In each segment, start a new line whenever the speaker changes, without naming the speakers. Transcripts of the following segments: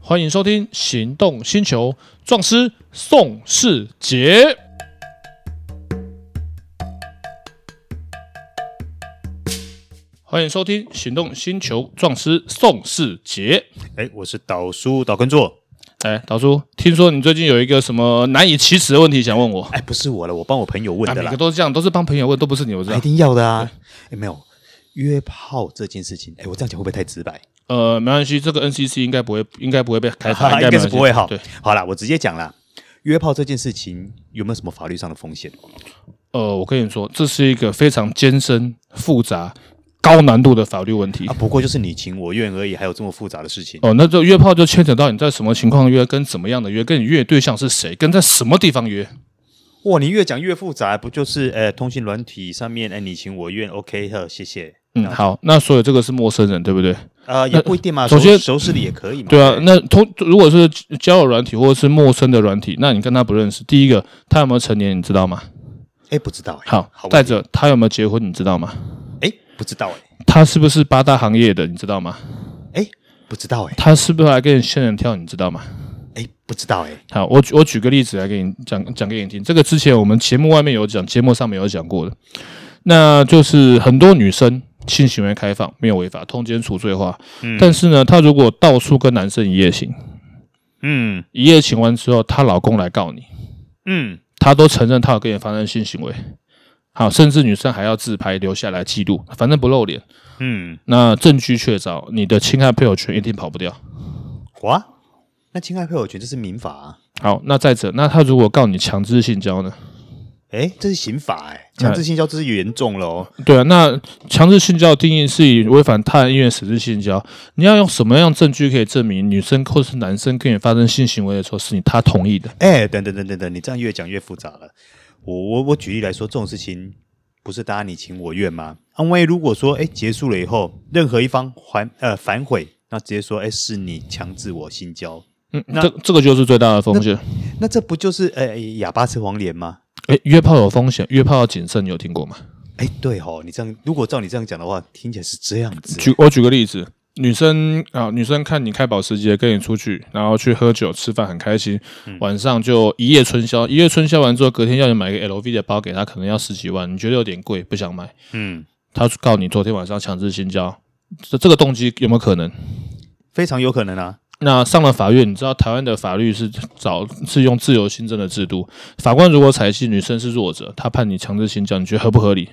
欢迎收听《行动星球》，壮师宋世杰。欢迎收听《行动星球》，壮师宋世杰。
哎，我是导叔导根座。
哎，导叔，听说你最近有一个什么难以启齿的问题想问我？
哎，不是我了，我帮我朋友问
哎，
的
每
啦
个。都是这样，都是帮朋友问，都不是你，我知
哎
道
一。定要的啊！哎，没有约炮这件事情，哎，我这样讲会不会太直白？
呃，没关系，这个 NCC 应该不会，应该不会被开
哈
罚，
哈
应该没
是
关系
不会哈
对，。
好啦，我直接讲啦。约炮这件事情有没有什么法律上的风险？
呃，我跟你说，这是一个非常艰深、复杂、高难度的法律问题
啊，。不过就是你情我愿而已，还有这么复杂的事情。
哦，那这约炮就牵扯到你在什么情况约，跟怎么样的约，跟你约的对象是谁，跟在什么地方约。
哇，你越讲越复杂，不就是呃，通信软体上面，哎，你情我愿，OK 呵，谢谢。
嗯，好，那所以这个是陌生人，对不对？
呃，也不一定嘛，
首
熟
先
熟识的也可以嘛。
对啊，那通如果是交友软体或者是陌生的软体，那你跟他不认识，第一个他有没有成年，你知道吗？
哎，不知道哎，
好
好，问
再者他有没有结婚，你知道吗？
哎，不知道哎，
他是不是八大行业的，你知道吗？
哎，不知道哎，
他是不是来跟你仙人跳，你知道吗？
哎，不知道哎，
好，我举我举个例子来给你讲讲给你听。这个之前我们节目外面有讲，节目上面有讲过的。那就是很多女生性行为开放没有违法，通奸除罪化。但是呢，她如果到处跟男生一夜情，
嗯
一夜情完之后，她老公来告你，
嗯，
她都承认她有跟你发生性行为。好，甚至女生还要自拍留下来记录，反正不露脸。
嗯，
那证据确凿，你的侵害配偶权一定跑不掉。
哇，那侵害配偶权这是民法、啊，
好，那再者，那她如果告你强制性交呢？
哎，这是刑法、哎，强制性交这是严重了哦。
对啊，那强制性交的定义是以违反他人意愿实施性交。你要用什么样证据可以证明女生或是男生跟你发生性行为的时候是你他同意的？
哎，等等等等等，你这样越讲越复杂了。我我我举例来说，这种事情不是大家你情我愿吗？啊，万一如果说，哎，结束了以后，任何一方还呃反悔，那直接说，哎，是你强制我性交，
嗯，
那
这这个就是最大的风险。
那这不就是呃哑巴吃黄连吗？
诶，约炮有风险，约炮要谨慎，你有听过吗？
哎，对哦，你这样如果照你这样讲的话，听起来是这样子。
举我举个例子，女生啊，女生看你开保时捷跟你出去，然后去喝酒吃饭很开心，晚上就一夜春宵，一夜春宵完之后，隔天要你买一个 LV 的包给她，可能要十几万，你觉得有点贵，不想买。
嗯，
她告你昨天晚上强制性交，这这个动机有没有可能？
非常有可能啊。
那上了法院，你知道台湾的法律是找是用自由新政的制度，法官如果采信女生是弱者，他判你强制性交，你觉得合不合理？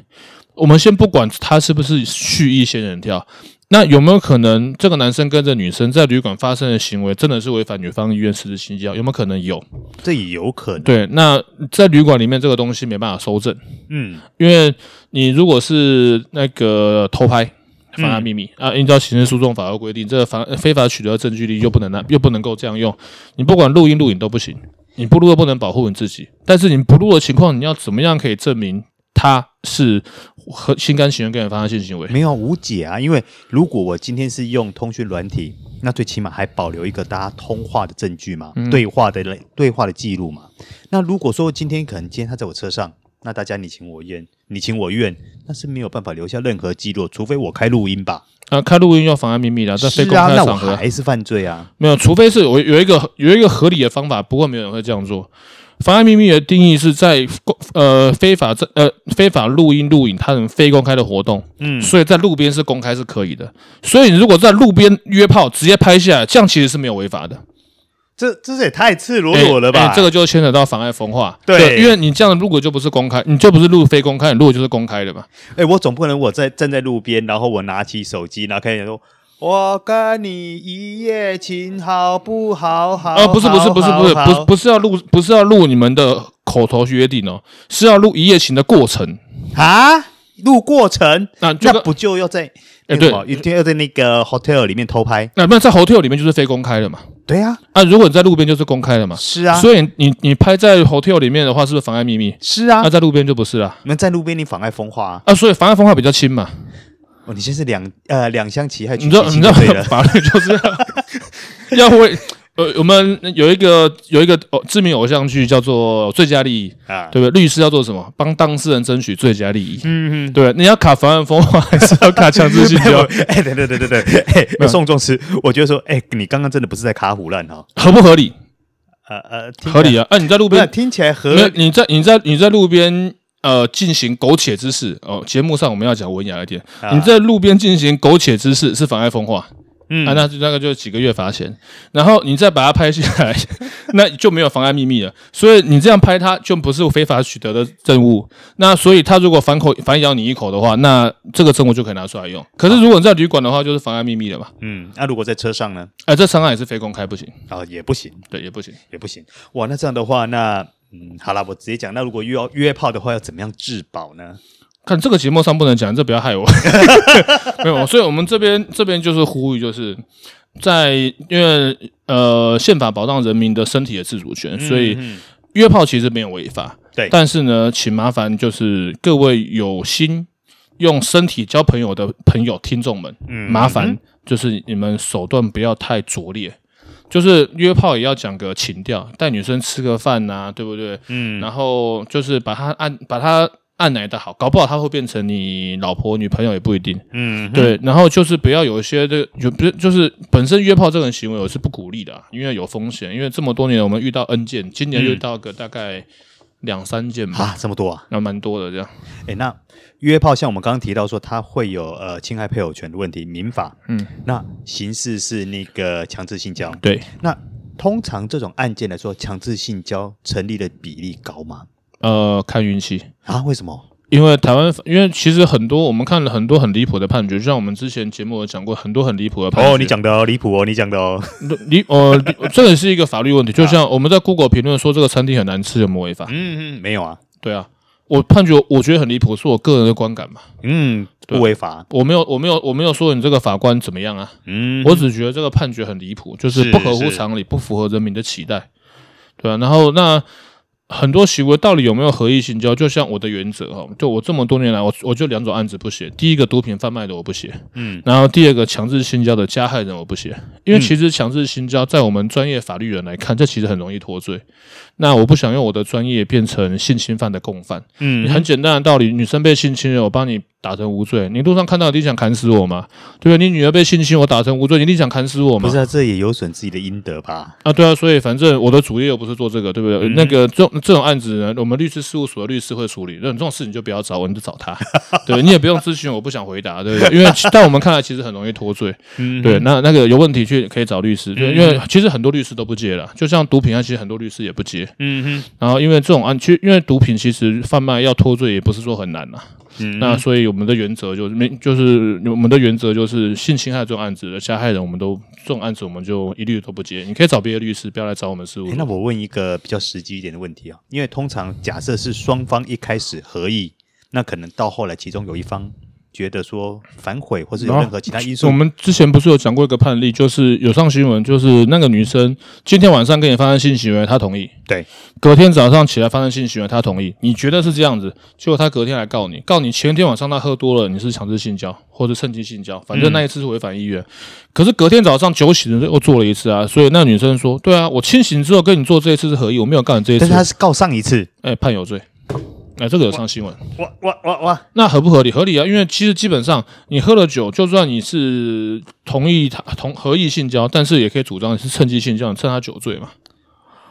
我们先不管他是不是蓄意仙人跳，那有没有可能这个男生跟着女生在旅馆发生的行为真的是违反女方意愿实施性交？有没有可能有？
这也有可能。
对，那在旅馆里面这个东西没办法收证，
嗯，
因为你如果是那个偷拍。妨碍秘密、啊！依照刑事诉讼法的规定，这个妨啊非法取得证据力又不能拿，又不能够这样用。你不管录音录影都不行，你不录又不能保护你自己。但是你不录的情况，你要怎么样可以证明他是和心甘情愿跟你发生性行为？
没有无解啊，因为如果我今天是用通讯软体，那最起码还保留一个大家通话的证据嘛，
嗯
对话的类对话的记录嘛。那如果说今天可能今天他在我车上，那大家你情我愿，你情我愿，那是没有办法留下任何记录，除非我开录音吧。
啊，开录音要妨碍秘密的，在非
是
公
啊，
开
那我
场合、
还是犯罪啊。
没有，除非是我有一个有一个合理的方法，不过没有人会这样做。妨碍秘密的定义是在公呃非法在呃非法录音录影他人非公开的活动，
嗯
所以在路边是公开是可以的。所以你如果在路边约炮直接拍下来，这样其实是没有违法的。
这这也太赤裸裸了吧？
哎哎这个就牵扯到妨碍风化，
对
因为你这样的录的就不是公开，你就不是录非公开，你录的就是公开的嘛。
哎、我总不能我在站在路边，然后我拿起手机，然后开始说。我跟你一夜情好不好？好，
啊，不是不是不是不是
好
不是不是要录不是要录你们的口头约定哦，是要录一夜情的过程。
啊，路过程，
那就
那
跟
不就要在
哎
那个什哦么，一定要在那个 hotel 里面偷拍？
那那在 hotel 里面啊就是非公开的嘛。
对啊，
啊，如果你在路边就是公开的嘛，
是啊，
所以你你拍在 hotel 里面的话，是不是妨碍秘密？
是啊
那、，在路边就不是啦。
你们在路边你妨碍风化啊，
啊，所以妨碍风化比较轻嘛。
哦，你先是两呃两相其害，
你知道
取
你
其
知
轻
道
就对了
法律就是要 要为呃，我们有一个有一个哦知名偶像剧叫做《最佳利益》，
啊，
对不对？律师要做什么？帮当事人争取最佳利益。
嗯嗯，
对，你要卡防案风化，还是要卡强制性
没有
交？，
哎，对对对对对，哎，
嗯
宋仲师，我觉得说，哎，你刚刚真的不是在卡虎烂哈，
合不合理？
呃呃，听起来
合理啊！啊，你在路
不是
边，
听起来合
没有你在你在你在路边呃进行苟且之事哦。节目上我们要讲文雅一点，
啊
你在路边进行苟且之事是妨碍风化，
嗯
啊，那就那个就几个月罚钱，然后你再把它拍下来， 那就没有妨碍秘密了。所以你这样拍它就不是非法取得的证物。那所以他如果反口反咬你一口的话，那这个证物就可以拿出来用。可是如果你在旅馆的话，就是妨碍秘密了嘛。
嗯，那如果在车上呢？
哎、这伤害也是非公开，不行，
啊，也不行，
对，也不行。
也不行。哇，那这样的话，那嗯，好啦，我直接讲，那如果约约炮的话，要怎么样质保呢？
看这个节目上不能讲，这不要害 我。没有，所以我们这边这边就是呼吁，就是在因为呃宪法保障人民的身体的自主权，所以
嗯
约炮其实没有违法。
对
但是呢，请麻烦就是各位有心用身体交朋友的朋友听众们，
嗯
麻烦就是你们手段不要太拙劣。就是约炮也要讲个情调，带女生吃个饭呐、对不对？
嗯，
然后就是把她按把她按奶的好，搞不好她会变成你老婆女朋友也不一定。
嗯，
对，然后就是不要有一些的有不是就是本身约炮这种行为我是不鼓励的啊、因为有风险。因为这么多年我们遇到 N 件，今年
嗯
遇到个大概两三件吧，
啊，这么多啊！
那蛮多的这样。
哎，那约炮像我们刚刚提到说，它会有呃侵害配偶权的问题，民法，
嗯，
那刑事是那个强制性交。
对，
那通常这种案件来说，强制性交成立的比例高吗？
呃，看运气。
啊，为什么？
因为台湾，因为其实很多我们看了很多很离谱的判决，就像我们之前节目有讲过很多很离谱的判决。
哦，你讲的哦，离谱哦，你讲的哦，
离呃，离 这也是一个法律问题。就像我们在 Google 评论说这个餐厅很难吃，有没有违法？
嗯嗯，没有啊，
对啊，我判决我觉得很离谱，是我个人的观感嘛。
嗯，不违法，
我没有，我没有，我没有说你这个法官怎么样啊，
嗯，
我只觉得这个判决很离谱，就是
是
不合乎
是
常理，不符合人民的期待，对啊。然后那很多行为到底有没有合意性交？就像我的原则哈，就我这么多年来，我我就两种案子不写，第一个毒品贩卖的我不写，
嗯，
然后第二个强制性交的加害人我不写，因为其实强制性交在我们专业法律人来看，这其实很容易脱罪。那我不想用我的专业变成性侵犯的共犯，
嗯
很简单的道理，女生被性侵了，我帮你打成无罪。你路上看到，你想砍死我吗？对不对？你女儿被性侵，我打成无罪，你一定想砍死我
不
吗
是？啊，这也有损自己的阴德吧？
啊，对啊，所以反正我的主业又不是做这个，对不
嗯
对？那个这种这种案子呢，我们律师事务所的律师会处理。那种这种事你就不要找我，你就找他。 对你也不用咨询，我不想回答，对不对？因为其在我们看来，其实很容易脱罪。
嗯
对，那那个有问题去可以找律师，对，因为其实很多律师都不接了，就像毒品案，其实很多律师也不接。
嗯哼，
然后因为这种案，其实因为毒品其实贩卖要脱罪也不是说很难呐、啊
嗯
那所以我们的原则就是没，就是我们的原则就是性侵害这种案子的加害人，我们都这种案子我们就一律都不接。你可以找别的律师，不要来找我们事务
诶
所。
那我问一个比较实际一点的问题啊，因为通常假设是双方一开始合意，那可能到后来其中有一方觉得说反悔，或是有
啊
任何其他因素，
我们之前不是有讲过一个判例，就是有上新闻，就是那个女生今天晚上跟你发生性行为，她同意，
对，
隔天早上起来发生性行为，她同意，你觉得是这样子，结果她隔天来告你，告你前天晚上她喝多了，你是强制性交或者趁机性交，反正那一次是违反意愿。可是隔天早上酒醒了又做了一次啊，所以那女生说，对啊，我清醒之后跟你做这一次是合意，我没有告你这一次
但是，他是告上一次，
哎、判有罪，哎、这个有上新闻。
哇哇哇哇，
那合不合理？合理啊，因为其实基本上你喝了酒，就算你是同意他同合意性交，但是也可以主张你是趁机性交，你趁他酒醉嘛。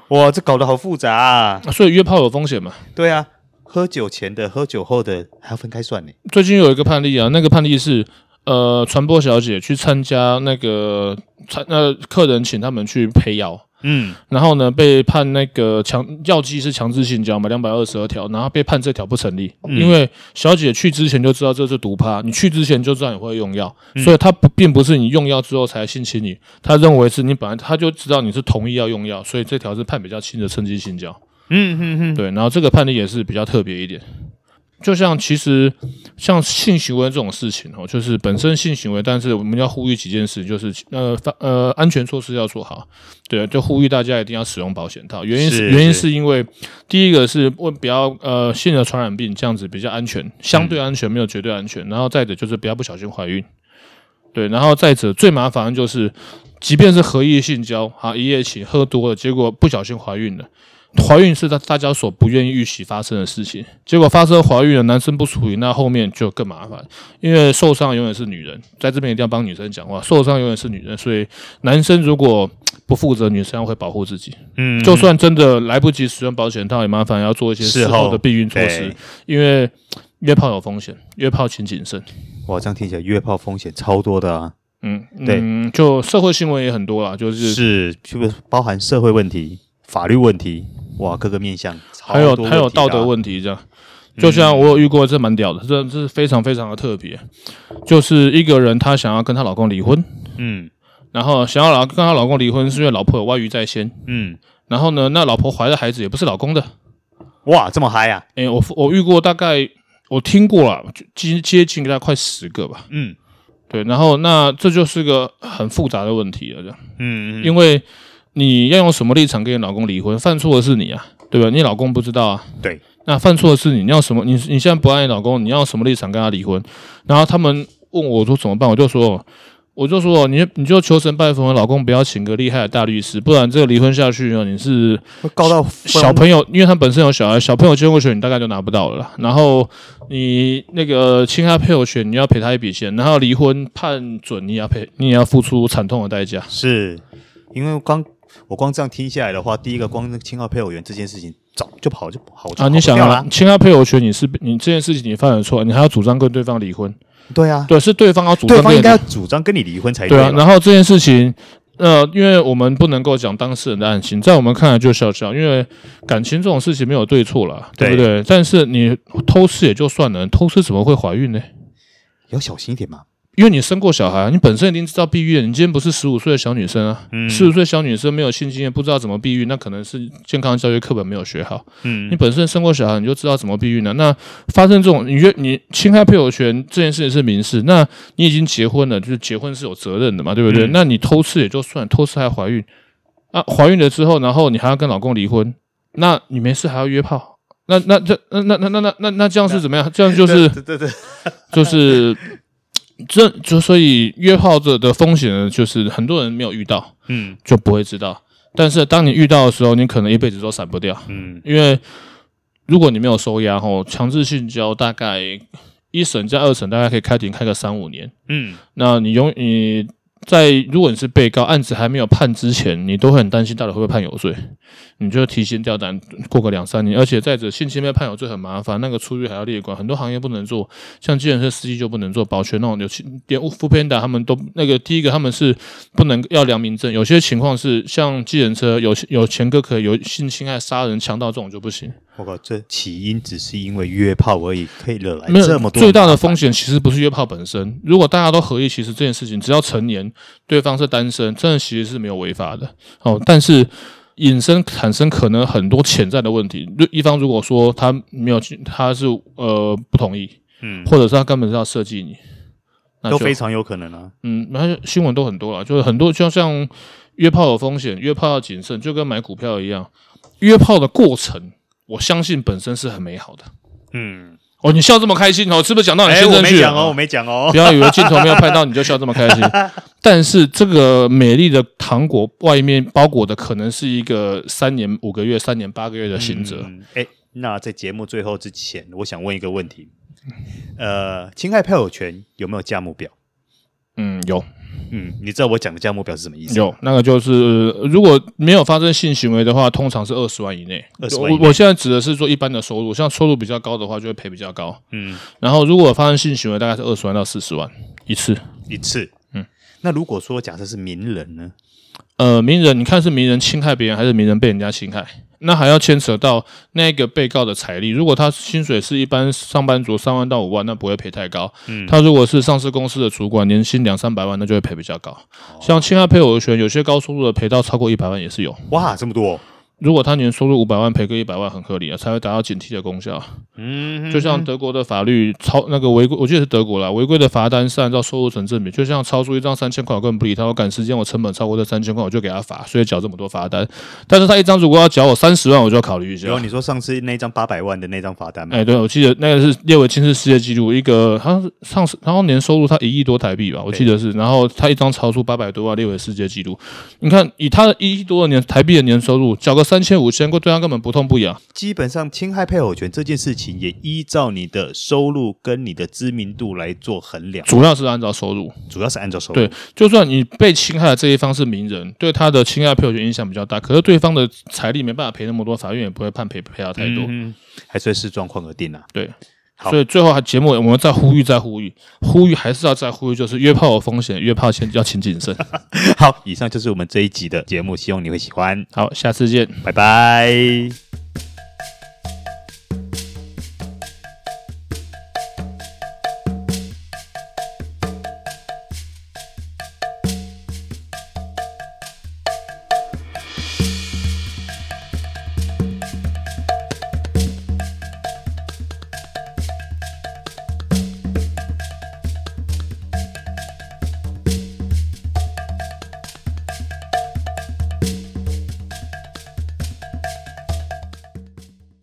哇，这搞得好复杂啊！
所以约炮有风险嘛？
对啊，喝酒前的、喝酒后的还要分开算呢。
最近有一个判例啊，那个判例是呃，传播小姐去参加那个参呃客人请他们去陪摇，
嗯
然后呢被判那个强药剂是强制性交嘛，两百二十二条，然后被判这条不成立，因为小姐去之前就知道这是毒趴，你去之前就知道你会用药，所以她不并不是你用药之后才性侵你，她认为是你本来她就知道你是同意要用药，所以这条是判比较轻的趁机性交。
嗯嗯嗯，
对，然后这个判例也是比较特别一点。就像其实像性行为这种事情哦，就是本身性行为，但是我们要呼吁几件事，就是呃发呃安全措施要做好，对，就呼吁大家一定要使用保险套。原因是
是
原因
是
是因为第一个是为不要呃性的传染病这样子比较安全，相对安全没有绝对安全，然后再者就是不要不小心怀孕，对，然后再者最麻烦的就是即便是合意性交啊，一夜情喝多了，结果不小心怀孕了。怀孕是大大家所不愿意预期发生的事情，结果发生怀孕了，男生不处理，那后面就更麻烦，因为受伤永远是女人，在这边一定要帮女生讲话，受伤永远是女人，所以男生如果不负责，女生要会保护自己，
嗯
就算真的来不及使用保险套，也麻烦要做一些
事
事
后
后的避孕措施
对，
因为约炮有风险，约炮请谨慎。
哇，这样听起来约炮风险超多的啊！
嗯，
对
嗯，就社会新闻也很多啦，就是
是，是不是包含社会问题、法律问题？哇，各个面向，
还有
超多
还有
问题的啊
道德问题这样。就像我有遇过，这蛮屌的，这这是非常非常的特别，就是一个人她想要跟她老公离婚，
嗯
然后想要老跟她老公离婚是因为老婆有外遇在先，
嗯，
然后呢，那老婆怀的孩子也不是老公的，
哇，这么嗨啊！
诶，我我遇过大概我听过了，就接接近大概快十个吧，
嗯
对，然后那这就是个很复杂的问题了，这样。
嗯嗯，
因为你要用什么立场跟你老公离婚？犯错的是你啊，对吧？你老公不知道啊。
对。
那犯错的是你，你要什么？你你现在不爱你老公，你要什么立场跟他离婚？然后他们问我说怎么办，我就说，我就说你你就求神拜佛，老公不要请个厉害的大律师，不然这个离婚下去呢，你是
会告到
小朋
嗯
友，因为他本身有小孩，小朋友监护权你大概就拿不到了啦。然后你那个侵害配偶权，你要赔他一笔钱，然后离婚判准你也要赔，你也要付出惨痛的代价。
是因为刚我光这样听下来的话，第一个光那个青奥配偶员这件事情，早就跑就跑就跑
啊，你想
不掉
啊
啦，，
侵害配偶权，你是你这件事情你犯了错，你还要主张跟对方离婚，
对啊，
对，是对方要主张
对
跟
方
你
应该要主张跟你离婚才
对啊。
嘛
然后这件事情，呃，因为我们不能够讲当事人的案情，在我们看来就笑笑，因为感情这种事情没有对错啦，对不
对
对？但是你偷吃也就算了，偷吃怎么会怀孕呢？
要小心一点嘛。
因为你生过小孩，啊你本身已经知道避孕，你今天不是十五岁的小女生啊，
嗯
十五、岁小女生没有性经验，不知道怎么避孕，那可能是健康教育课本没有学好。你
嗯
本身生过小孩，你就知道怎么避孕了。那发生这种你约你侵害配偶权这件事情是民事，那你已经结婚了，就是结婚是有责任的嘛，对不对？
嗯
那你偷吃也就算，偷吃还怀孕啊，怀孕了之后，然后你还要跟老公离婚，那你没事还要约炮，那那这那那那那那那那这样是怎么样？这样就是
对对对，
就是。这就所以约炮者的风险呢，就是很多人没有遇到，
嗯
就不会知道。但是当你遇到的时候，你可能一辈子都闪不掉。
嗯
因为如果你没有收押吼，强制性交大概一审加二审大概可以开庭开个三五年。
嗯，
那你永你在如果你是被告，案子还没有判之前，你都会很担心到底会不会判有罪，你就提心吊胆过个两三年。而且再者，性侵被判有罪很麻烦，那个出狱还要列管，很多行业不能做，像计程车司机就不能做，保全那种有情连副偏打他们都那个第一个他们是不能要良民证，有些情况是像计程车有有前科可以有性侵害、杀人、强盗这种就不行。
我靠，这起因只是因为约炮而已，可以惹来
没有
哎这么多
最大
麻
的
烦
风险其实不是约炮本身，如果大家都合意，其实这件事情只要成年，对方是单身，这其实是没有违法的哦。但是引申产生可能很多潜在的问题，如一方如果说他没有去，他是呃不同意，
嗯，
或者是他根本是要设计你，那
都
就
非常有可能啊。
嗯，然后新闻都很多了，就是很多就像约炮有风险，约炮要谨慎，就跟买股票一样，约炮的过程，我相信本身是很美好的。
嗯，
哦，你笑这么开心哦，是不是讲到你
哎，
先
我
生去
没
了
讲哦，我没讲哦
不。要以为镜头没有拍到你就笑这么开 心。但是这个美丽的糖果外面包裹的可能是一个三年五个月、三年八个月的刑责。
嗯，哎、那在节目最后之前，我想问一个问题，呃，侵害配偶权有没有价目表？
嗯有
嗯，你知道我讲的价目表是什么意思？，
有，那个就是呃如果没有发生性行为的话，通常是二十万以内。
20万以内
我我现在指的是说一般的收入，像收入比较高的话，就会赔比较高。
嗯，
然后如果发生性行为，大概是二十万到四十万一次。
一次。
嗯，
那如果说假设是名人呢？
呃，名人，你看是名人侵害别人，还是名人被人家侵害？那还要牵扯到那个被告的财力。如果他薪水是一般上班族三万到五万，那不会赔太高。
嗯
他如果是上市公司的主管，年薪两三百万，那就会赔比较高。像侵害配偶权，有些高收入的赔到超过一百万也是有。
哇，这么多！
如果他年收入五百万，赔个一百万很合理啊，才会达到警惕的功效啊。
嗯
就像德国的法律超那个违规，我记得是德国啦，违规的罚单是按照收入成正比，就像超出一张三千块，我根本不理他，我赶时间，我成本超过这三千块，我就给他罚，所以缴这么多罚单。但是他一张如果要缴我三十万，我就要考虑一下
然。后你说上次那张八百万的那张罚单嘛，
哎、对，我记得那个是列为侵蚀世界纪录，一个他上次然后年收入他一亿多台币吧，我记得是，然后他一张超出八百多万列为世界纪录。你看，以他的一亿多的年台币的年收入，缴个三千五千块，对他根本不痛不痒。
基本上侵害配偶权这件事情也依照你的收入跟你的知名度来做衡量，
主要是按照收入，
主要是按照收入。
对，就算你被侵害的这一方是名人，对他的侵害配偶权影响比较大，可是对方的财力没办法赔那么多，法院也不会判赔赔他太多。
嗯，还是会视状况而定啊。
对，
好
所以最后还节目我们再呼吁，再呼吁，呼吁还是要再呼吁，就是约炮有风险，约炮前要请谨慎。
好，以上就是我们这一集的节目，希望你会喜欢，
好，下次见。
拜拜。